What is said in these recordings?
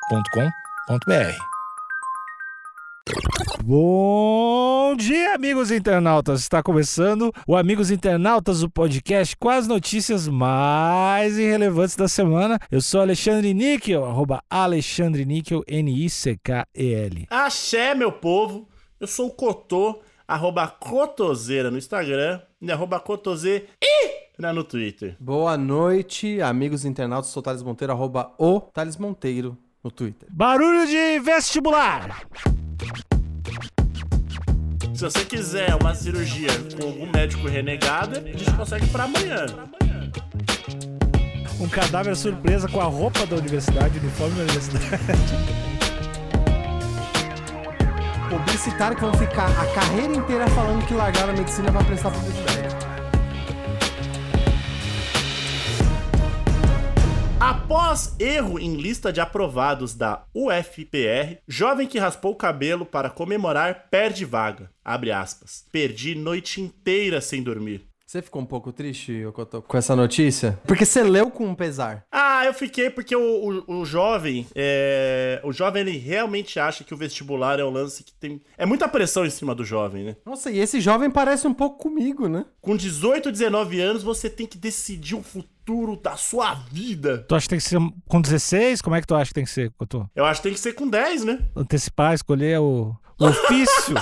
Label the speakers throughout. Speaker 1: agenciadepodcast.com.br. Bom dia, amigos internautas. Está começando o Amigos Internautas, o podcast com as notícias mais irrelevantes da semana. Eu sou Alexandre Níquel, arroba Alexandre Níquel, N-I-C-K-E-L.
Speaker 2: Axé, meu povo! Eu sou o Cotô, arroba Cotoseira no Instagram e arroba Cotose na no Twitter.
Speaker 3: Boa noite, amigos internautas. Sou Thales Monteiro, arroba o Thales Monteiro no Twitter.
Speaker 1: Barulho de vestibular!
Speaker 2: Se você quiser uma cirurgia com algum médico renegado, a gente consegue pra amanhã.
Speaker 1: Um cadáver surpresa com a roupa da universidade, uniforme da universidade.
Speaker 3: Publicitário que vão ficar a carreira inteira falando que largaram a medicina pra prestar publicidade.
Speaker 2: Após erro em lista de aprovados da UFPR, jovem que raspou o cabelo para comemorar perde vaga. Abre aspas. Perdi noite inteira sem dormir.
Speaker 3: Você ficou um pouco triste, Ocotoco, com essa notícia? Porque você leu com um pesar.
Speaker 2: Ah, eu fiquei porque o, o, o jovem, é, o jovem ele realmente acha que o vestibular é um lance que tem é muita pressão em cima do jovem, né?
Speaker 3: Nossa, e esse jovem parece um pouco comigo, né?
Speaker 2: Com 18, 19 anos você tem que decidir o futuro da sua vida.
Speaker 1: Tu acha que tem que ser com 16? Como é que tu acha que tem que ser, Cotô?
Speaker 2: Eu acho que tem que ser com 10, né?
Speaker 1: Antecipar, escolher o, o ofício?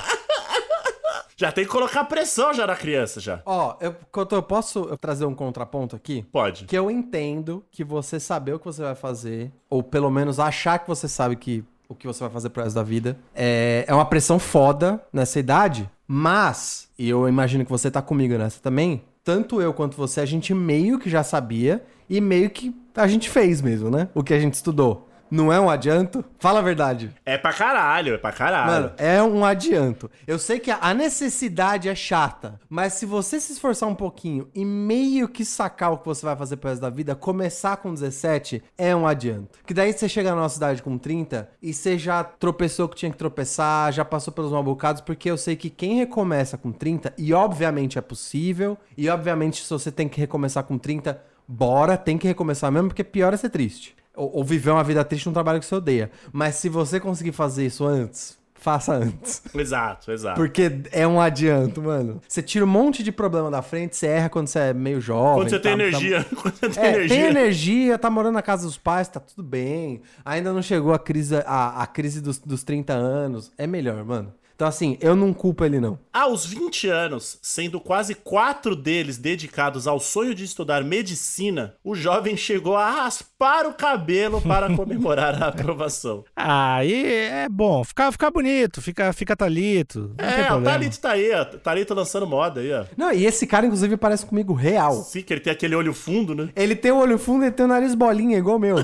Speaker 2: Já tem que colocar pressão já na criança já.
Speaker 3: Ó, eu, Cotô, eu posso trazer um contraponto aqui?
Speaker 2: Pode.
Speaker 3: Que eu entendo que você saber o que você vai fazer, ou pelo menos achar que você sabe que o que você vai fazer pro resto da vida, é, é uma pressão foda nessa idade. Mas, e eu imagino que você tá comigo nessa também, tanto eu quanto você, a gente meio que já sabia e meio que a gente fez mesmo, né? O que a gente estudou. Não é um adianto? Fala a verdade.
Speaker 2: É pra caralho, é pra caralho.
Speaker 3: Mano, é um adianto. Eu sei que a necessidade é chata, mas se você se esforçar um pouquinho e meio que sacar o que você vai fazer pro resto da vida, começar com 17 é um adianto. Que daí você chega na nossa idade com 30 e você já tropeçou o que tinha que tropeçar, já passou pelos malbocados, porque eu sei que quem recomeça com 30, e obviamente é possível, e obviamente se você tem que recomeçar com 30, bora, tem que recomeçar mesmo, porque pior é ser triste ou, ou viver uma vida triste num trabalho que você odeia. Mas se você conseguir fazer isso antes, faça antes.
Speaker 2: Exato, exato.
Speaker 3: Porque é um adianto, mano. Você tira um monte de problema da frente, você erra quando você é meio jovem.
Speaker 2: Quando você tem
Speaker 3: tá- tá-
Speaker 2: energia, quando você tem
Speaker 3: É,
Speaker 2: energia.
Speaker 3: tem energia, tá morando na casa dos pais, tá tudo bem. Ainda não chegou a crise, a, a crise dos, dos 30 anos. É melhor, mano. Então, assim, eu não culpo ele, não.
Speaker 2: Aos 20 anos, sendo quase quatro deles dedicados ao sonho de estudar medicina, o jovem chegou a raspar o cabelo para comemorar a aprovação.
Speaker 1: Aí é bom, fica, fica bonito, fica, fica talito. Não tem
Speaker 2: É, o
Speaker 1: problema.
Speaker 2: Thalito tá aí, ó. Thalito lançando moda aí, ó.
Speaker 3: Não, e esse cara, inclusive, parece comigo real.
Speaker 2: Sim, que ele tem aquele olho fundo, né?
Speaker 3: Ele tem o olho fundo e tem o nariz bolinha, igual o meu.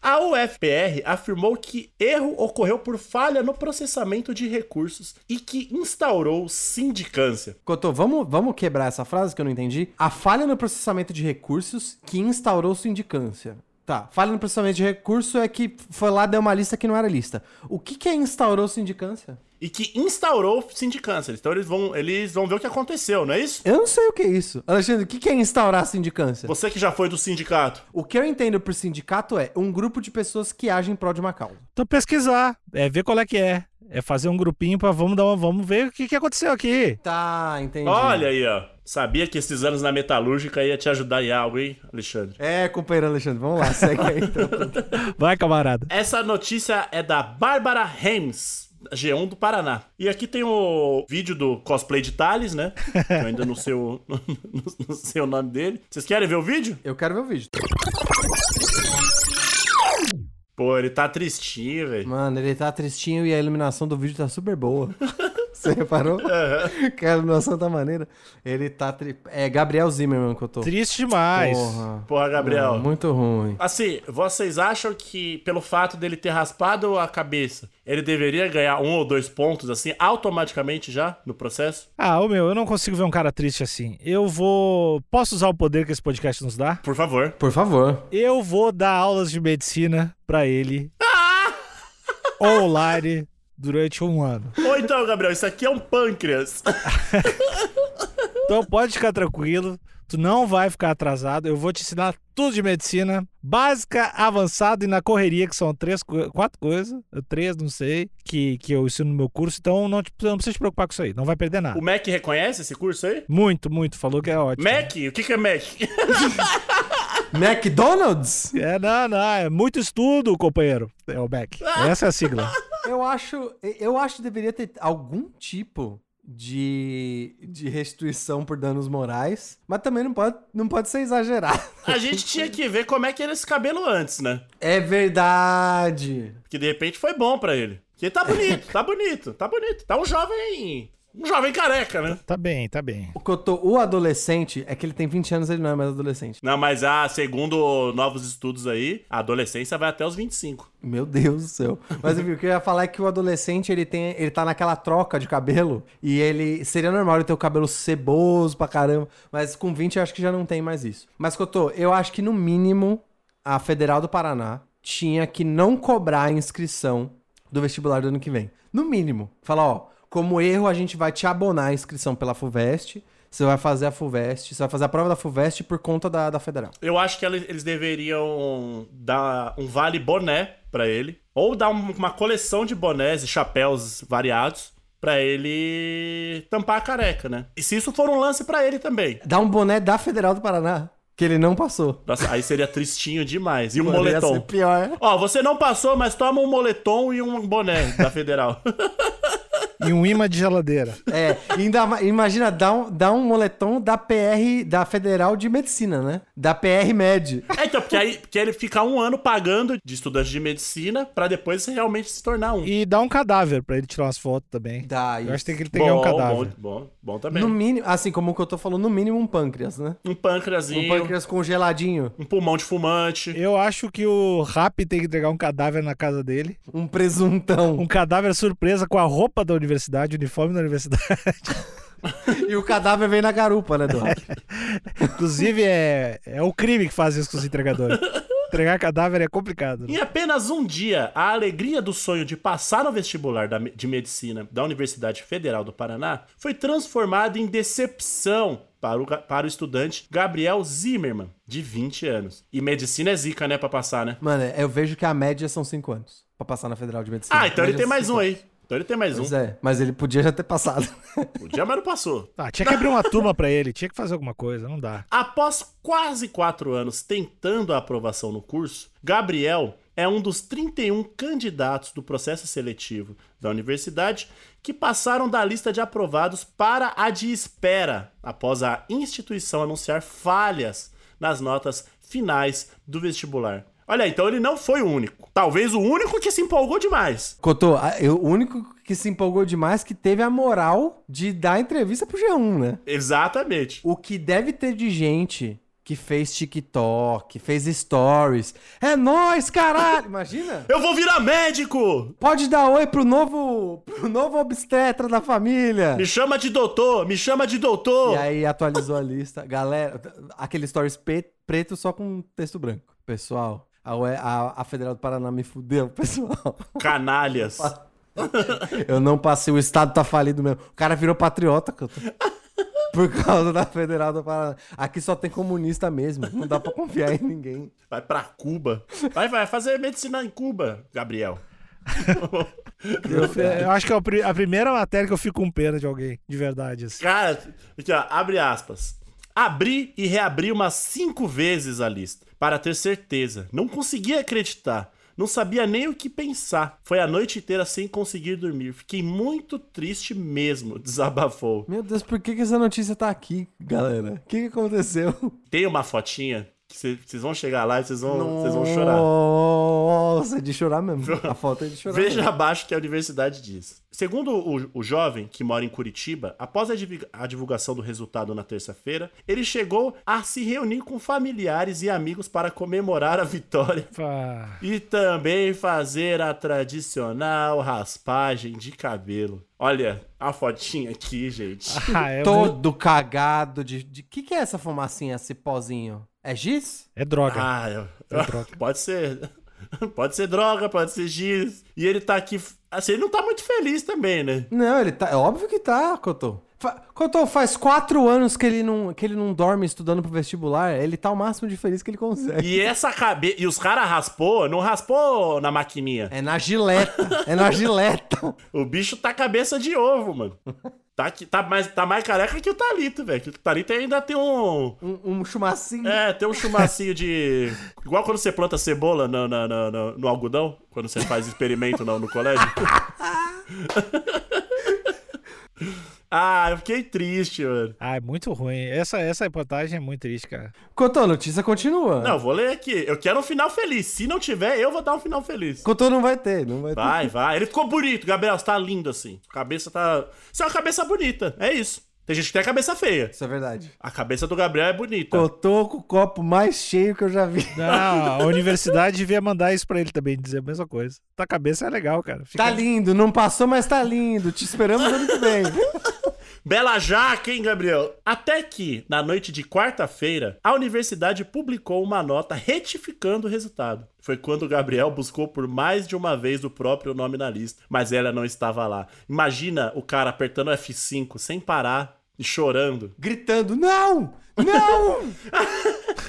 Speaker 2: A UFPR afirmou que erro ocorreu por falha no processamento de recursos e que instaurou sindicância.
Speaker 3: Cotô, vamos, vamos quebrar essa frase que eu não entendi? A falha no processamento de recursos que instaurou sindicância. Tá, falha no processamento de recurso é que foi lá, deu uma lista que não era lista. O que que é instaurou sindicância?
Speaker 2: E que instaurou sindicância. Então eles vão, eles vão ver o que aconteceu, não é isso?
Speaker 3: Eu não sei o que é isso. Alexandre, o que que é instaurar sindicância?
Speaker 2: Você que já foi do sindicato.
Speaker 3: O que eu entendo por sindicato é um grupo de pessoas que agem em prol de uma causa.
Speaker 1: Então pesquisar, é ver qual é que é. É fazer um grupinho pra vamos dar uma, vamos ver o que, que aconteceu aqui.
Speaker 3: Tá, entendi.
Speaker 2: Olha aí, ó. Sabia que esses anos na metalúrgica ia te ajudar em algo, hein, Alexandre?
Speaker 3: É, companheiro Alexandre, vamos lá, segue aí então.
Speaker 1: Vai, camarada.
Speaker 2: Essa notícia é da Bárbara Hems, G1 do Paraná. E aqui tem o vídeo do cosplay de Thales, né? Que Eu ainda não sei, o, não sei o nome dele. Vocês querem ver o vídeo?
Speaker 3: Eu quero ver o vídeo.
Speaker 2: Pô, ele tá tristinho, velho.
Speaker 3: Mano, ele tá tristinho e a iluminação do vídeo tá super boa. Você reparou? Que a iluminação tá maneira. Ele tá. Tri... É Gabriel Zimmerman que eu tô.
Speaker 1: Triste demais.
Speaker 3: Porra.
Speaker 2: Porra, Gabriel.
Speaker 3: Não, muito ruim.
Speaker 2: Assim, vocês acham que pelo fato dele ter raspado a cabeça, ele deveria ganhar um ou dois pontos, assim, automaticamente já no processo?
Speaker 1: Ah, ô meu, eu não consigo ver um cara triste assim. Eu vou. Posso usar o poder que esse podcast nos dá?
Speaker 2: Por favor.
Speaker 3: Por favor.
Speaker 1: Eu vou dar aulas de medicina pra ele. online durante um ano.
Speaker 2: Ou então, Gabriel, isso aqui é um pâncreas.
Speaker 1: Então pode ficar tranquilo. Tu não vai ficar atrasado. Eu vou te ensinar tudo de medicina, básica, avançada e na correria, que são três, co- quatro coisas, três, não sei, que, que eu ensino no meu curso. Então não, te- não precisa te preocupar com isso aí. Não vai perder nada.
Speaker 2: O Mac reconhece esse curso aí?
Speaker 1: Muito, muito. Falou que é ótimo.
Speaker 2: Mac? O que, que é Mac?
Speaker 3: McDonald's?
Speaker 1: É, não, não. É muito estudo, companheiro. É o Beck.
Speaker 2: Ah!
Speaker 1: Essa é a sigla.
Speaker 3: Eu acho, eu acho que deveria ter algum tipo de, de restituição por danos morais, mas também não pode, não pode ser exagerado.
Speaker 2: A gente tinha que ver como é que era esse cabelo antes, né?
Speaker 3: É verdade.
Speaker 2: Porque de repente foi bom pra ele. Porque tá bonito, tá bonito, tá bonito. Tá um jovem. Um jovem careca, né?
Speaker 1: Tá bem, tá bem.
Speaker 3: O, que eu tô- o adolescente é que ele tem 20 anos, ele não é mais adolescente.
Speaker 2: Não, mas ah, segundo novos estudos aí, a adolescência vai até os 25.
Speaker 3: Meu Deus do céu. Mas enfim, o que eu ia falar é que o adolescente, ele tem, ele tá naquela troca de cabelo e ele seria normal ele ter o cabelo ceboso pra caramba, mas com 20 eu acho que já não tem mais isso. Mas Cotô, eu acho que no mínimo a Federal do Paraná tinha que não cobrar a inscrição do vestibular do ano que vem. No mínimo. Falar, ó, como erro a gente vai te abonar a inscrição pela FUVEST, você vai fazer a FUVEST, você vai fazer a prova da FUVEST por conta da, da Federal.
Speaker 2: Eu acho que ela- eles deveriam dar um vale boné pra ele. Ou dar um- uma coleção de bonés e chapéus variados pra ele tampar a careca, né? E se isso for um lance pra ele também.
Speaker 3: Dá um boné da Federal do Paraná, que ele não passou.
Speaker 2: Nossa, aí seria tristinho demais. E um
Speaker 3: Mano, ia ser
Speaker 2: moletom.
Speaker 3: pior.
Speaker 2: Ó, você não passou, mas toma um moletom e um boné da Federal.
Speaker 1: E um imã de geladeira.
Speaker 3: É, ainda, ma- imagina, dá um, dá um moletom da PR, da Federal de Medicina, né? Da PR Med.
Speaker 2: é, então, porque aí porque ele fica um ano pagando de estudante de medicina pra depois realmente se tornar um.
Speaker 1: E dá um cadáver pra ele tirar umas fotos também.
Speaker 3: Dá,
Speaker 1: Eu acho que tem que ele tem que
Speaker 2: Bom,
Speaker 1: ganhar um cadáver.
Speaker 2: Bom, bom, bom também.
Speaker 3: No mínimo, assim como o que eu tô falando, no mínimo um pâncreas, né?
Speaker 2: Um pâncreasinho,
Speaker 3: Um
Speaker 2: um,
Speaker 3: pâncreas congeladinho,
Speaker 2: pulmão de fumante.
Speaker 1: Eu acho que o Rap tem que entregar um cadáver na casa dele.
Speaker 3: um presuntão.
Speaker 1: Um cadáver surpresa com a roupa da universidade, o uniforme da universidade.
Speaker 3: E o cadáver vem na garupa, né, Eduardo?
Speaker 1: É. Inclusive, é, é o crime que faz isso com os entregadores. Entregar cadáver é complicado.
Speaker 2: Em apenas um dia, a alegria do sonho de passar no vestibular da me- de medicina da Universidade Federal do Paraná foi transformada em decepção para o, ga- para o estudante Gabriel Zimmermann, de 20 anos. E medicina é zica, né, pra passar, né?
Speaker 3: Mano, eu vejo que a média são cinco anos pra passar na Federal de Medicina.
Speaker 2: Ah, então ele
Speaker 3: Média
Speaker 2: tem
Speaker 3: são
Speaker 2: mais
Speaker 3: cinco
Speaker 2: um
Speaker 3: anos.
Speaker 2: aí. Então ele tem mais um.
Speaker 3: Pois é, mas ele podia já ter passado.
Speaker 2: Podia, mas não passou.
Speaker 1: Ah, tinha que abrir uma turma pra ele, tinha que fazer alguma coisa, não dá.
Speaker 2: Após quase quatro anos tentando a aprovação no curso, Gabriel é um dos 31 candidatos do processo seletivo da universidade que passaram da lista de aprovados para a de espera, após a instituição anunciar falhas nas notas finais do vestibular. Olha, então ele não foi o único. Talvez o único que se empolgou demais.
Speaker 3: Cotô, a- eu- o único que se empolgou demais que teve a moral de dar entrevista pro G1, né?
Speaker 2: Exatamente.
Speaker 3: O que deve ter de gente que fez TikTok, fez stories. É nóis, caralho! Imagina!
Speaker 2: Eu vou virar médico!
Speaker 3: Pode dar oi pro novo, pro novo obstetra da família.
Speaker 2: Me chama de doutor! Me chama de doutor!
Speaker 3: E aí atualizou a lista. Galera, aquele stories pe- preto só com texto branco. Pessoal, a, UE a- a Federal do Paraná me fudeu, pessoal.
Speaker 2: Canalhas.
Speaker 3: Eu não passei, o Estado tá falido mesmo. O cara virou patriota, cara. Por causa da Federal do Paraná. Aqui só tem comunista mesmo. Não dá pra confiar em ninguém.
Speaker 2: Vai pra Cuba. Vai, vai fazer medicina em Cuba, Gabriel.
Speaker 1: Eu, eu acho que é o pri- a primeira matéria que eu fico com pena de alguém, de verdade. assim.
Speaker 2: Cara, aqui ó, abre aspas. Abri e reabri umas cinco vezes a lista, para ter certeza. Não conseguia acreditar. Não sabia nem o que pensar. Foi a noite inteira sem conseguir dormir. Fiquei muito triste mesmo, desabafou.
Speaker 3: Meu Deus, por que, que essa notícia tá aqui, galera? O que, que aconteceu?
Speaker 2: Tem uma fotinha que vocês vão chegar lá e vocês vão, vocês vão chorar.
Speaker 3: Nossa, é de chorar mesmo. A foto é de chorar.
Speaker 2: Veja
Speaker 3: mesmo.
Speaker 2: abaixo o que a universidade diz. Segundo o, o jovem que mora em Curitiba, após a divi- a divulgação do resultado na terça-feira, ele chegou a se reunir com familiares e amigos para comemorar a vitória
Speaker 1: Pá.
Speaker 2: e também fazer a tradicional raspagem de cabelo. Olha a fotinha aqui, gente.
Speaker 1: Ah, é, muito-
Speaker 3: Todo cagado de. de... Que que é essa fumacinha, esse pozinho? É giz?
Speaker 1: é droga.
Speaker 2: Ah, eu-
Speaker 1: É droga.
Speaker 2: pode ser. Pode ser droga, pode ser giz. E ele tá aqui. Assim, ele não tá muito feliz também, né?
Speaker 3: Não, ele tá. É óbvio que tá, Cotô. Fa- Fa... Cotô, faz quatro anos que ele, não, que ele não dorme estudando pro vestibular. Ele tá o máximo de feliz que ele consegue.
Speaker 2: E essa cabeça. E os caras raspou, não raspou na maquininha.
Speaker 3: É na gileta. é na gileta.
Speaker 2: O bicho tá cabeça de ovo, mano. Tá, aqui- tá, mais, tá mais careca que o Talito, velho. Que o Talito ainda tem um.
Speaker 3: Um, um chumacinho.
Speaker 2: É, tem um chumacinho de. Igual quando você planta cebola no, no, no, no- no algodão, quando você faz experimento no, no colégio. ah, eu fiquei triste, mano.
Speaker 1: Ah, é muito ruim. Essa, essa reportagem é muito triste, cara.
Speaker 3: Cotô, a notícia continua.
Speaker 2: Não, eu vou ler aqui. Eu quero um final feliz. Se não tiver, eu vou dar um final feliz.
Speaker 3: Cotô não vai ter, não vai ter.
Speaker 2: Vai, vai. Ele ficou bonito, Gabriel. Você tá lindo assim. Cabeça tá. Você é uma cabeça bonita. É isso. Tem gente que tem a cabeça feia.
Speaker 3: Isso é verdade.
Speaker 2: A cabeça do Gabriel é bonita.
Speaker 3: Cotô com o copo mais cheio que eu já vi.
Speaker 1: Não, a universidade devia mandar isso pra ele também, dizer a mesma coisa. Tua cabeça é legal, cara. Fica-
Speaker 3: Tá lindo, não passou, mas tá lindo. Te esperamos ano que vem.
Speaker 2: Bela jaca, hein, Gabriel? Até que, na noite de quarta-feira, a universidade publicou uma nota retificando o resultado. Foi quando o Gabriel buscou por mais de uma vez o próprio nome na lista, mas ela não estava lá. Imagina o cara apertando F5 sem parar e chorando.
Speaker 3: Gritando: Não! Não!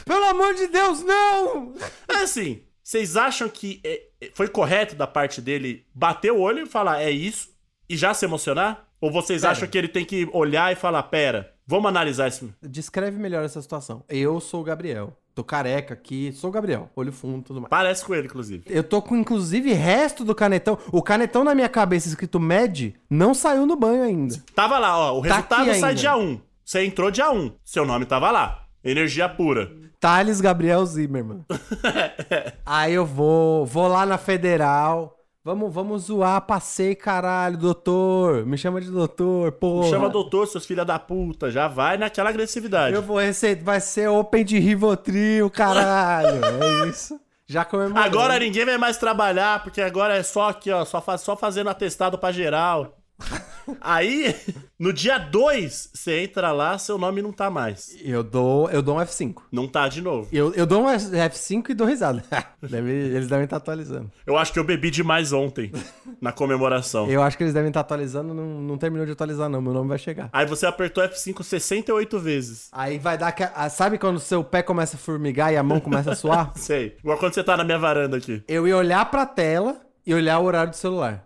Speaker 3: Pelo amor de Deus, não!
Speaker 2: É assim, vocês acham que é- é- foi correto da parte dele bater o olho e falar é isso e já se emocionar? Ou vocês
Speaker 3: Pera.
Speaker 2: acham que ele tem que olhar e falar, pera, vamos analisar isso?
Speaker 3: Descreve melhor essa situação. Eu sou o Gabriel. Tô careca aqui, sou o Gabriel. Olho fundo, tudo mais.
Speaker 2: Parece com ele, inclusive.
Speaker 3: Eu tô com, inclusive, resto do canetão. O canetão na minha cabeça escrito MED não saiu no banho ainda.
Speaker 2: Tava lá, ó, o
Speaker 3: Tá
Speaker 2: resultado
Speaker 3: aqui
Speaker 2: sai
Speaker 3: ainda.
Speaker 2: dia 1. Você entrou dia 1, seu nome tava lá. Energia pura.
Speaker 3: Thales Gabriel Zimmerman. Aí eu vou, vou lá na Federal. Vamos, vamos zoar, passei, caralho, doutor. Me chama de doutor, pô.
Speaker 2: Chama doutor, seus filha da puta, já vai naquela agressividade.
Speaker 3: Eu vou receber, vai ser open de Rivotril, caralho. é isso. Já comemorou.
Speaker 2: Agora ninguém vai mais trabalhar, porque agora é só aqui, ó, só, fa- só fazendo atestado pra geral. Aí, no dia 2, você entra lá, seu nome não tá mais.
Speaker 3: eu dou, eu dou um F5.
Speaker 2: Não tá de novo.
Speaker 3: Eu, eu dou um F5 e dou risada. Deve- eles devem estar atualizando.
Speaker 2: Eu acho que eu bebi demais ontem, na comemoração.
Speaker 3: Eu acho que eles devem estar atualizando, não, não terminou de atualizar, não. Meu nome vai chegar.
Speaker 2: Aí você apertou F5 68 vezes.
Speaker 3: Aí vai dar. aqua- ah, Sabe quando o seu pé começa a formigar e a mão começa a suar?
Speaker 2: Sei. Igual quando você tá na minha varanda aqui.
Speaker 3: Eu ia olhar pra tela e olhar o horário do celular.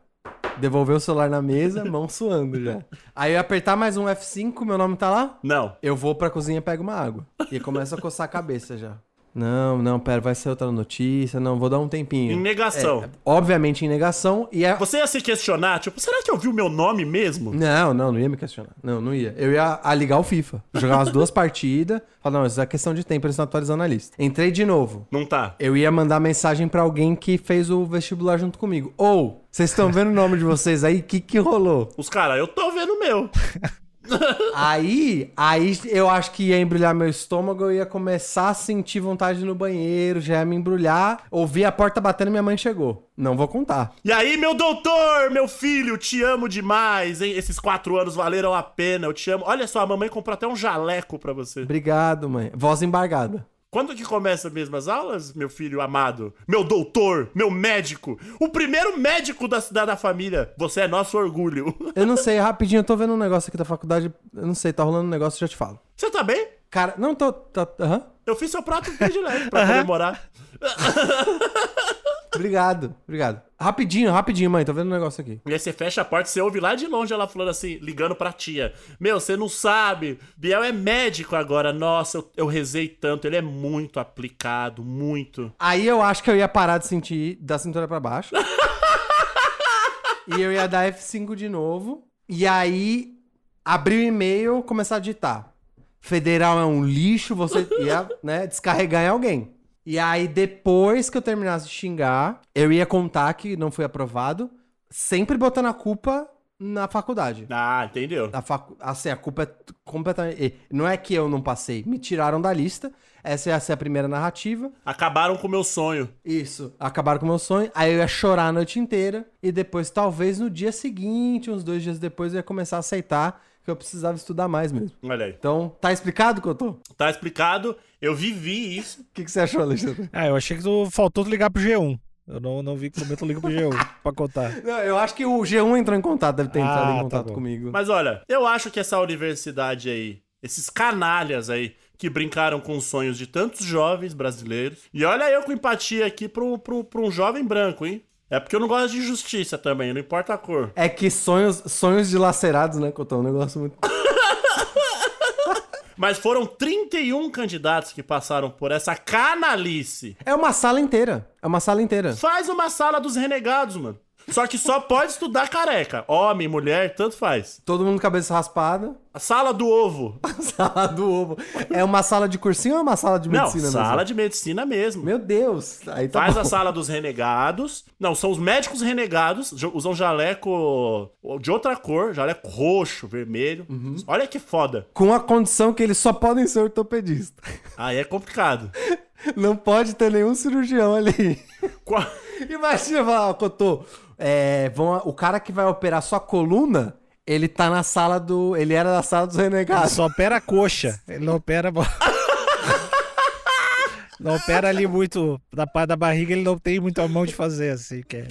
Speaker 3: Devolver o celular na mesa, mão suando já. Aí eu ia apertar mais um F5, meu nome tá lá.
Speaker 2: Não.
Speaker 3: Eu vou pra cozinha, pego uma água. E começa a coçar a cabeça já. Não, não, pera, vai ser outra notícia. Não, vou dar um tempinho.
Speaker 2: Em negação.
Speaker 3: é. Obviamente em negação. E é...
Speaker 2: Você ia se questionar, tipo, será que eu vi o meu nome mesmo?
Speaker 3: Não, não, não ia me questionar. Não, não ia. Eu ia a ligar o FIFA. Jogar umas duas partidas. Falar, não, isso é questão de tempo, eles estão atualizando a lista. Entrei de novo.
Speaker 2: Não tá.
Speaker 3: Eu ia mandar mensagem pra alguém que fez o vestibular junto comigo. Ou, vocês estão vendo o nome de vocês aí? O que, que rolou?
Speaker 2: Os caras, eu tô vendo o meu.
Speaker 3: Aí, aí eu acho que ia embrulhar meu estômago, eu ia começar a sentir vontade de ir no banheiro, já ia me embrulhar. Ouvi a porta batendo, minha mãe chegou. Não vou contar.
Speaker 2: E aí, meu doutor, meu filho, te amo demais, hein? Esses quatro anos valeram a pena, eu te amo. Olha só, a mamãe comprou até um jaleco pra você.
Speaker 3: Obrigado, mãe. Voz embargada.
Speaker 2: Quando que começa mesmo as aulas, meu filho amado? Meu doutor, meu médico, o primeiro médico da cidade da família. Você é nosso orgulho.
Speaker 3: Eu não sei, rapidinho, eu tô vendo um negócio aqui da faculdade. Eu não sei, tá rolando um negócio, eu já te falo.
Speaker 2: Você tá bem?
Speaker 3: Cara, não tô. Tá, aham.
Speaker 2: Eu fiz seu prato predileto pra comemorar.
Speaker 3: Obrigado, obrigado. Rapidinho, rapidinho, mãe, tô vendo um negócio aqui.
Speaker 2: E aí você fecha a porta, você ouve lá de longe ela falando assim, ligando pra tia. Meu, você não sabe, Biel é médico agora. Nossa, eu, eu rezei tanto, ele é muito aplicado, muito.
Speaker 3: Aí eu acho que eu ia parar de sentir da cintura pra baixo. e eu ia dar F5 de novo. E aí, abrir o e-mail, começar a digitar. Federal é um lixo, você ia né, descarregar em alguém. E aí, depois que eu terminasse de xingar, eu ia contar que não fui aprovado, sempre botando a culpa na faculdade.
Speaker 2: Ah, entendeu?
Speaker 3: A facu- Assim, a culpa é t- completamente. e Não é que eu não passei, me tiraram da lista. Essa ia ser a primeira narrativa.
Speaker 2: Acabaram com o meu sonho.
Speaker 3: Isso. Acabaram com o meu sonho. Aí eu ia chorar a noite inteira. E depois, talvez no dia seguinte, uns dois dias depois, eu ia começar a aceitar que eu precisava estudar mais mesmo.
Speaker 2: Olha aí.
Speaker 3: Então, tá explicado, Cotô? O
Speaker 2: Tá explicado, eu vivi isso.
Speaker 3: que, que você achou, Alexandre?
Speaker 1: Ah, eu achei que tu faltou tu ligar pro G1. Eu não, não vi que momento eu ligo pro G1 pra contar.
Speaker 3: Não, eu acho que o G1 entrou em contato, deve ter entrado
Speaker 1: Ah,
Speaker 3: em
Speaker 1: tá
Speaker 3: contato
Speaker 1: bom.
Speaker 3: comigo.
Speaker 2: Mas olha, eu acho que essa universidade aí, esses canalhas aí, que brincaram com os sonhos de tantos jovens brasileiros. E olha eu com empatia aqui pra um, pra um- pra um jovem branco, hein? É porque eu não gosto de injustiça também, não importa a cor.
Speaker 3: É que sonhos, sonhos dilacerados, né, Cotão? Um negócio muito.
Speaker 2: Mas foram 31 candidatos que passaram por essa canalice.
Speaker 3: É uma sala inteira. É uma sala inteira.
Speaker 2: Faz uma sala dos renegados, mano. Só que só pode estudar careca. Homem, mulher, tanto faz.
Speaker 3: Todo mundo cabeça raspada.
Speaker 2: A sala do ovo.
Speaker 3: Sala do ovo. É uma sala de cursinho ou é uma sala de
Speaker 2: Não,
Speaker 3: medicina?
Speaker 2: sala de medicina mesmo.
Speaker 3: mesmo? Meu Deus. Aí tá
Speaker 2: Faz
Speaker 3: bom.
Speaker 2: a sala dos renegados. Não, são os médicos renegados. jo- Usam jaleco de outra cor. Jaleco roxo, vermelho.
Speaker 3: Uhum.
Speaker 2: Olha que foda.
Speaker 3: Com a condição que eles só podem ser ortopedistas.
Speaker 2: Aí é complicado.
Speaker 3: Não pode ter nenhum cirurgião ali.
Speaker 2: Qua-
Speaker 3: Imagina, falar, ó, Cotô, é, vão, o cara que vai operar sua coluna, ele tá na sala do. Ele era da sala dos
Speaker 1: Ele
Speaker 3: renegados.
Speaker 1: só opera a coxa. Ele não opera. Não opera ali muito da parte da barriga, ele não tem muito a mão de fazer, assim. Que é.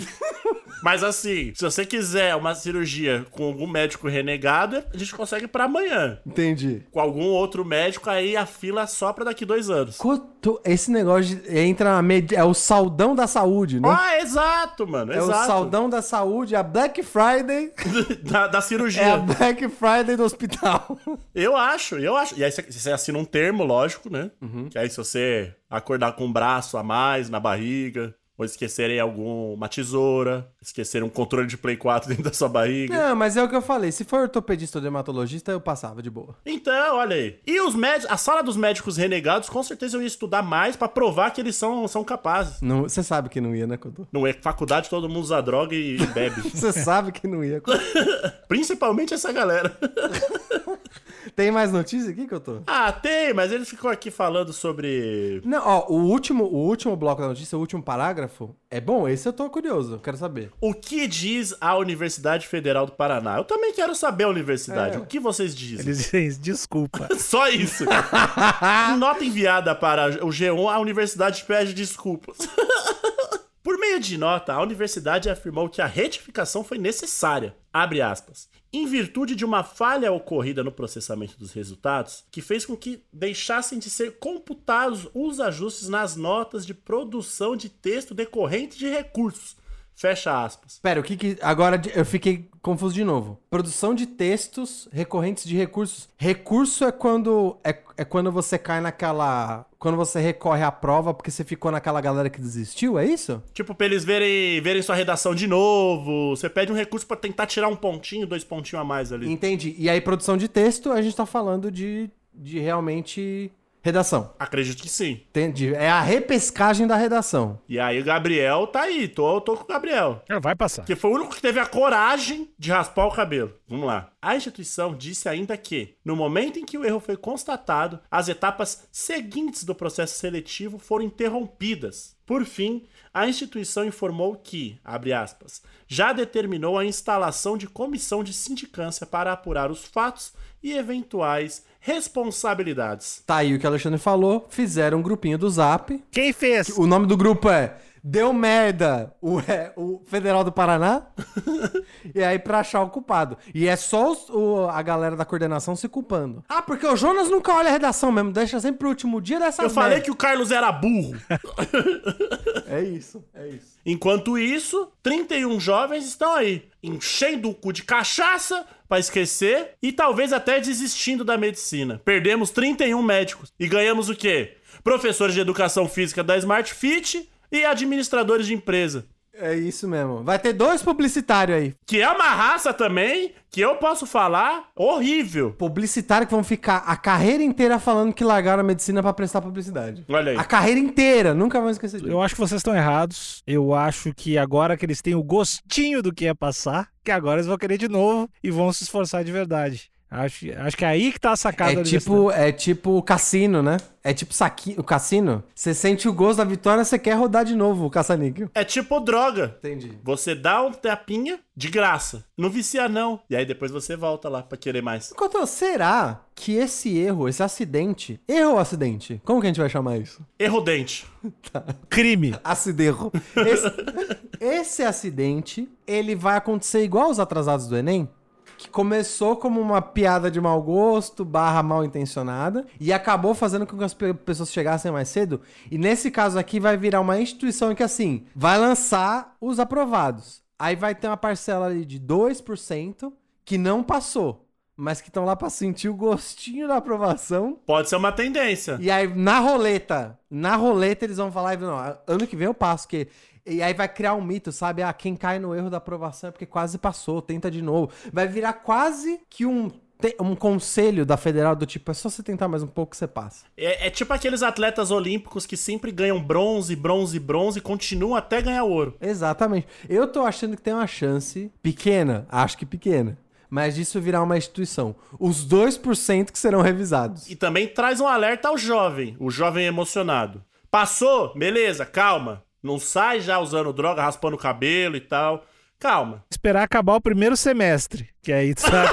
Speaker 2: Mas assim, se você quiser uma cirurgia com algum médico renegado, a gente consegue pra amanhã.
Speaker 3: Entendi.
Speaker 2: Com algum outro médico, aí a fila só pra daqui dois anos.
Speaker 3: Cotô, esse negócio de- entra na med... É o saldão da saúde, né?
Speaker 2: Ah, exato, mano.
Speaker 3: é
Speaker 2: exato.
Speaker 3: o saldão da saúde, a Black Friday.
Speaker 2: da, da
Speaker 3: É
Speaker 2: cirurgia.
Speaker 3: a Black Friday do hospital.
Speaker 2: Eu acho, eu acho. E aí você- você assina um termo, lógico, né? Que aí se você acordar com um braço a mais na barriga, ou esquecerem alguma tesoura, esquecerem um controle de Play 4 dentro da sua barriga.
Speaker 3: Não, mas é o que eu falei. Se for ortopedista ou dermatologista, eu passava de boa.
Speaker 2: Então, olha aí. E os médicos, a sala dos médicos renegados, com certeza eu ia estudar mais pra provar que eles são, são capazes.
Speaker 3: Não, Você sabe que não ia, né, Cotô?
Speaker 2: Não é faculdade, todo mundo usa droga e, e bebe.
Speaker 3: Você sabe que não ia. Cotô.
Speaker 2: Principalmente essa galera.
Speaker 3: Tem mais notícia aqui, Cotô?
Speaker 2: ah, tem, mas ele ficou aqui falando sobre.
Speaker 3: Não, ó, o último, o último bloco da notícia, o último parágrafo, é bom, esse eu tô curioso, quero saber.
Speaker 2: O que diz a Universidade Federal do Paraná? Eu também quero saber a universidade.
Speaker 3: É.
Speaker 2: O que vocês dizem?
Speaker 1: Eles dizem isso, desculpa.
Speaker 2: Só isso. Em Nota enviada para o G1, a universidade pede desculpas. Por meio de nota, a universidade afirmou que a retificação foi necessária, abre aspas, em virtude de uma falha ocorrida no processamento dos resultados, que fez com que deixassem de ser computados os ajustes nas notas de produção de texto decorrente de recursos. Fecha aspas.
Speaker 3: Pera, o que que... Agora de- eu fiquei confuso de novo. Produção de textos recorrentes de recursos. Recurso é quando, é, é quando você cai naquela... Quando você recorre à prova porque você ficou naquela galera que desistiu, é isso?
Speaker 2: Tipo, pra eles verem, verem sua redação de novo. Você pede um recurso pra tentar tirar um pontinho, dois pontinhos a mais ali.
Speaker 3: Entendi. E aí, produção de texto, a gente tá falando de, de realmente redação.
Speaker 2: Acredito que sim.
Speaker 3: Entendi. É a repescagem da redação.
Speaker 2: E aí o Gabriel tá aí, tô, tô com o Gabriel.
Speaker 1: Ah, Vai passar.
Speaker 2: Que foi o único que teve a coragem de raspar o cabelo. Vamos lá. A instituição disse ainda que, no momento em que o erro foi constatado, as etapas seguintes do processo seletivo foram interrompidas. Por fim, a instituição informou que, abre aspas, já determinou a instalação de comissão de sindicância para apurar os fatos e eventuais responsabilidades.
Speaker 3: Tá aí o que o Alexandre falou, fizeram um grupinho do Zap.
Speaker 1: Quem fez?
Speaker 3: O nome do grupo é Deu Merda, o, é, o Federal do Paraná. e aí pra achar o culpado. E é só os- o- a galera da coordenação se culpando. Ah, porque o Jonas nunca olha a redação mesmo, deixa sempre pro último dia dessa
Speaker 2: Eu falei que o Carlos era burro.
Speaker 3: É isso, é isso.
Speaker 2: Enquanto isso, 31 jovens estão aí, enchendo o cu de cachaça pra esquecer e talvez até desistindo da medicina. Perdemos 31 médicos e ganhamos o quê? Professores de educação física da Smart Fit e administradores de empresa.
Speaker 3: É isso mesmo. Vai ter dois publicitários aí.
Speaker 2: Que é uma raça também, que eu posso falar, horrível.
Speaker 3: Publicitários que vão ficar a carreira inteira falando que largaram a medicina pra prestar publicidade.
Speaker 2: Olha aí.
Speaker 3: A carreira inteira, nunca vão esquecer disso.
Speaker 1: Eu acho que vocês estão errados. Eu acho que agora que eles têm o gostinho do que é passar, que agora eles vão querer de novo e vão se esforçar de verdade. Acho, acho que é aí que tá a sacada
Speaker 3: É
Speaker 1: da
Speaker 3: tipo, é tipo o cassino, né? É tipo saqui... o cassino. Você sente o gosto da vitória, você quer rodar de novo o caça-níquel.
Speaker 2: É tipo droga.
Speaker 3: Entendi.
Speaker 2: Você dá um tapinha de graça. Não vicia, não. E aí depois você volta lá pra querer mais.
Speaker 3: Enquanto, será que esse erro, esse acidente... Erro ou acidente? Como que a gente vai chamar isso?
Speaker 2: Erro dente.
Speaker 1: crime.
Speaker 3: Aciderro. Esse, esse acidente, ele vai acontecer igual os atrasados do Enem? Que começou como uma piada de mau gosto, barra mal intencionada, e acabou fazendo com que as pe- pessoas chegassem mais cedo. E nesse caso aqui vai virar uma instituição que, assim, vai lançar os aprovados. Aí vai ter uma parcela ali de 2% que não passou, mas que estão lá pra sentir o gostinho da aprovação
Speaker 2: Pode ser uma tendência.
Speaker 3: e aí, na roleta, na roleta eles vão falar, não, ano que vem eu passo, que... E aí vai criar um mito, sabe? Ah, quem cai no erro da aprovação é porque quase passou, tenta de novo. Vai virar quase que um, te- um conselho da federal do tipo, é só você tentar mais um pouco que você passa.
Speaker 2: É, é tipo aqueles atletas olímpicos que sempre ganham bronze, bronze, bronze e continuam até ganhar ouro.
Speaker 3: Exatamente. Eu tô achando que tem uma chance pequena, acho que pequena, mas disso virar uma instituição. Os 2% que serão revisados.
Speaker 2: E também traz um alerta ao jovem, o jovem emocionado. Passou? Beleza, calma. Não sai já usando droga, raspando o cabelo e tal. Calma.
Speaker 1: Esperar acabar o primeiro semestre, que aí tu tá...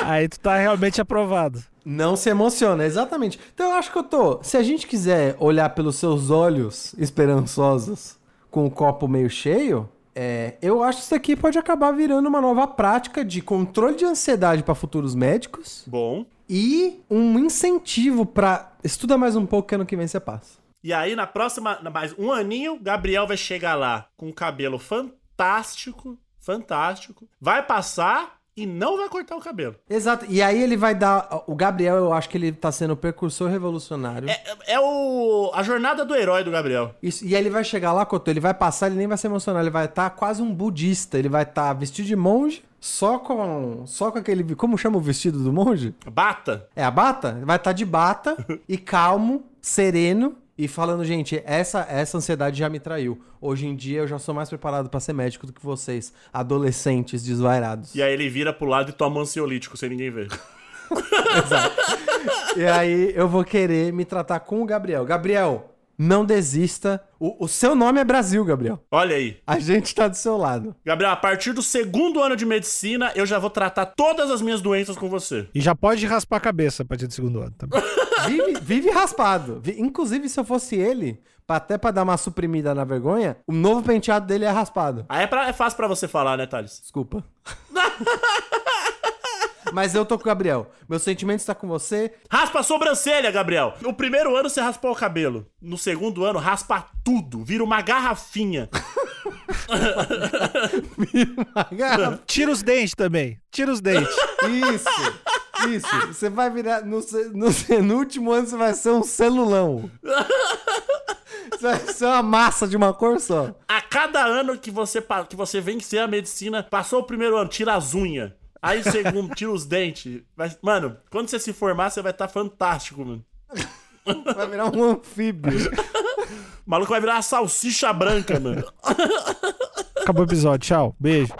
Speaker 1: aí tu tá realmente aprovado.
Speaker 3: Não se emociona, exatamente. Então eu acho que eu tô. Se a gente quiser olhar pelos seus olhos esperançosos com o copo meio cheio, é, eu acho que isso aqui pode acabar virando uma nova prática de controle de ansiedade para futuros médicos
Speaker 2: Bom.
Speaker 3: e um incentivo para estuda mais um pouco que ano que vem você passa.
Speaker 2: E aí, na próxima, na- mais um aninho, Gabriel vai chegar lá com um cabelo fantástico, fantástico. Vai passar e não vai cortar o cabelo.
Speaker 3: Exato. E aí ele vai dar. O Gabriel, eu acho que ele tá sendo o precursor revolucionário.
Speaker 2: É, é o a jornada do herói do Gabriel.
Speaker 3: Isso, e aí ele vai chegar lá, Cotô, ele vai passar, ele nem vai se emocionar, ele vai estar quase um budista, ele vai estar vestido de monge, só com só com aquele, como chama o vestido do monge?
Speaker 2: Bata.
Speaker 3: É a bata? Ele vai estar de bata e calmo, sereno e falando, gente, essa essa ansiedade já me traiu. Hoje em dia eu já sou mais preparado pra ser médico do que vocês, adolescentes desvairados.
Speaker 2: E aí ele vira pro lado e toma ansiolítico sem ninguém ver.
Speaker 3: E aí eu vou querer me tratar com o Gabriel. Gabriel, não desista. O, o seu nome é Brasil, Gabriel.
Speaker 2: Olha aí.
Speaker 3: A gente tá do seu lado.
Speaker 2: Gabriel, a partir do segundo ano de medicina, eu já vou tratar todas as minhas doenças com você.
Speaker 1: E já pode raspar a cabeça a partir do segundo ano também.
Speaker 3: Vive, vive raspado. Vi- Inclusive, se eu fosse ele, pra- até pra dar uma suprimida na vergonha, o novo penteado dele é raspado.
Speaker 2: Aí é, pra- é fácil pra você falar, né, Thales?
Speaker 3: Desculpa. Mas eu tô com o Gabriel. Meu sentimento está com você.
Speaker 2: Raspa a sobrancelha, Gabriel! No primeiro ano você raspou o cabelo. No segundo ano, raspa tudo. Vira uma garrafinha.
Speaker 1: Tira os dentes também. Tira os dentes.
Speaker 3: Isso, isso. Você vai virar. No, ce- no, ce- no último ano, você vai ser um celulão. Você vai ser uma massa de uma cor só.
Speaker 2: A cada ano que você, pa- que você vencer a medicina, passou o primeiro ano, tira as unhas. Aí o segundo, tira os dentes. Mas, mano, quando você se formar, você vai estar fantástico, mano.
Speaker 3: Vai virar um anfíbio.
Speaker 2: O maluco vai virar uma salsicha branca, mano.
Speaker 1: Acabou o episódio. Tchau. Beijo.